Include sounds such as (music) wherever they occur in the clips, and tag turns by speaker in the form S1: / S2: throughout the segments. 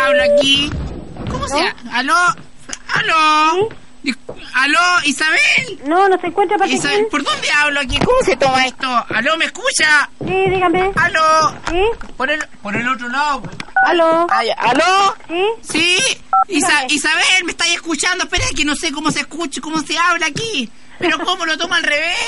S1: hablo aquí? ¿Cómo se llama? ¿Aló? ¿Aló? Dis- ¿Aló, Isabel?
S2: No, no se encuentra para
S1: Isabel, ¿por dónde hablo aquí? ¿Cómo se toma esto? ¿Aló, me escucha?
S2: Sí, dígame.
S1: ¿Aló?
S2: ¿Sí?
S1: Por el, por el otro lado.
S2: ¿Aló?
S1: Ay, ¿Aló?
S2: ¿Sí?
S1: Sí, Isa-
S2: Dígame.
S1: Isabel, me estáis escuchando. Espera, que no sé cómo se escucha, cómo se habla aquí. Pero cómo lo toma al (laughs) revés.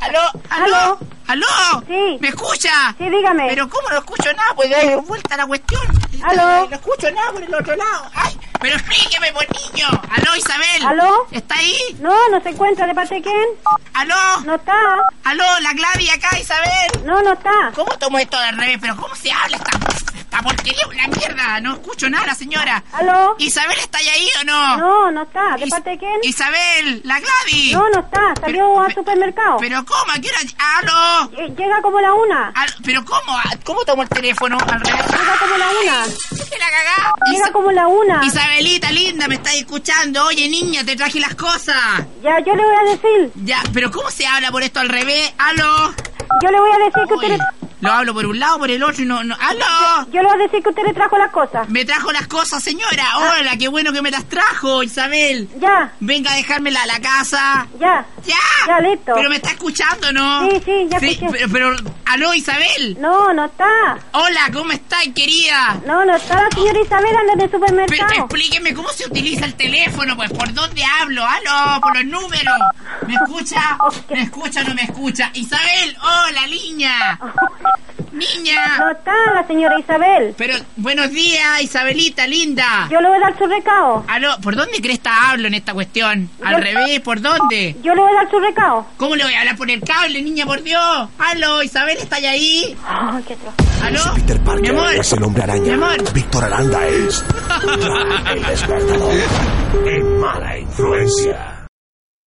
S1: ¿Aló? ¿Aló? ¿Aló?
S2: Sí.
S1: ¿Me escucha?
S2: Sí, dígame.
S1: Pero cómo no escucho nada, pues dale vuelta a la cuestión.
S2: Aló.
S1: No escucho nada por el otro lado. Ay, pero explíqueme, por niño. Aló, Isabel.
S2: ¿Aló?
S1: ¿Está ahí?
S2: No, no se encuentra de parte de quién.
S1: Aló.
S2: No está.
S1: Aló, la Glavia acá, Isabel.
S2: No, no está.
S1: ¿Cómo tomo esto al revés? Pero cómo se habla esta, esta porquería, una mierda. No escucho nada, señora.
S2: ¿Aló?
S1: Isabel, ¿está ahí o no?
S2: No, no está. ¿De
S1: Is-
S2: parte de quién?
S1: Isabel, la Gladys.
S2: No, no está. Salió
S1: Pero-
S2: al
S1: pero-
S2: supermercado.
S1: Pero ¿cómo? ¿A qué hora? Ah, ¡Aló!
S2: Eh, Llega como la una.
S1: Al- ¿Pero cómo? ¿A- ¿Cómo tomo el teléfono al revés?
S2: Llega como la una.
S1: ¡Se la cagá!
S2: Llega
S1: Isa-
S2: como la una.
S1: Isabelita, linda, me estás escuchando. Oye, niña, te traje las cosas.
S2: Ya, yo le voy a decir.
S1: Ya, pero ¿cómo se habla por esto al revés? ¡Aló!
S2: Yo le voy a decir que usted
S1: Uy,
S2: le-
S1: lo hablo por un lado, por el otro y no... no. ¡Aló!
S2: Yo le voy a decir que usted le trajo las cosas.
S1: Me trajo las cosas, señora. Hola, qué bueno que me las trajo, Isabel.
S2: Ya,
S1: Venga a dejármela a la casa.
S2: ya.
S1: ¡Ya!
S2: Ya, listo.
S1: Pero me está escuchando, ¿no?
S2: Sí, sí, ya escuché.
S1: Pero, pero, aló, Isabel.
S2: No, no está.
S1: Hola, ¿cómo estás, querida?
S2: No, no está la señora Isabel anda en el
S1: Pero eh,
S2: supermercado.
S1: explíqueme cómo se utiliza el teléfono, pues por dónde hablo, aló, por los números. ¿Me escucha? ¿Me escucha o no me escucha? Isabel, hola, niña.
S2: No
S1: Niña.
S2: Ah. está la señora Isabel.
S1: Pero buenos días, Isabelita, linda.
S2: Yo le voy a dar su recado.
S1: Aló, ¿por dónde cresta hablo en esta cuestión? Al
S2: Yo-
S1: revés, ¿por dónde?
S2: Yo le voy a dar su recado.
S1: ¿Cómo le voy a hablar por el cable, niña, por Dios? Aló, Isabel, ¿está ahí?
S2: Ay, qué tro-
S1: ¿Aló?
S3: Es Peter
S1: Mi
S3: Parker
S1: amor.
S3: es el hombre
S1: Mi
S3: araña.
S1: amor. (laughs)
S3: Víctor Aranda es el despertador. En mala influencia.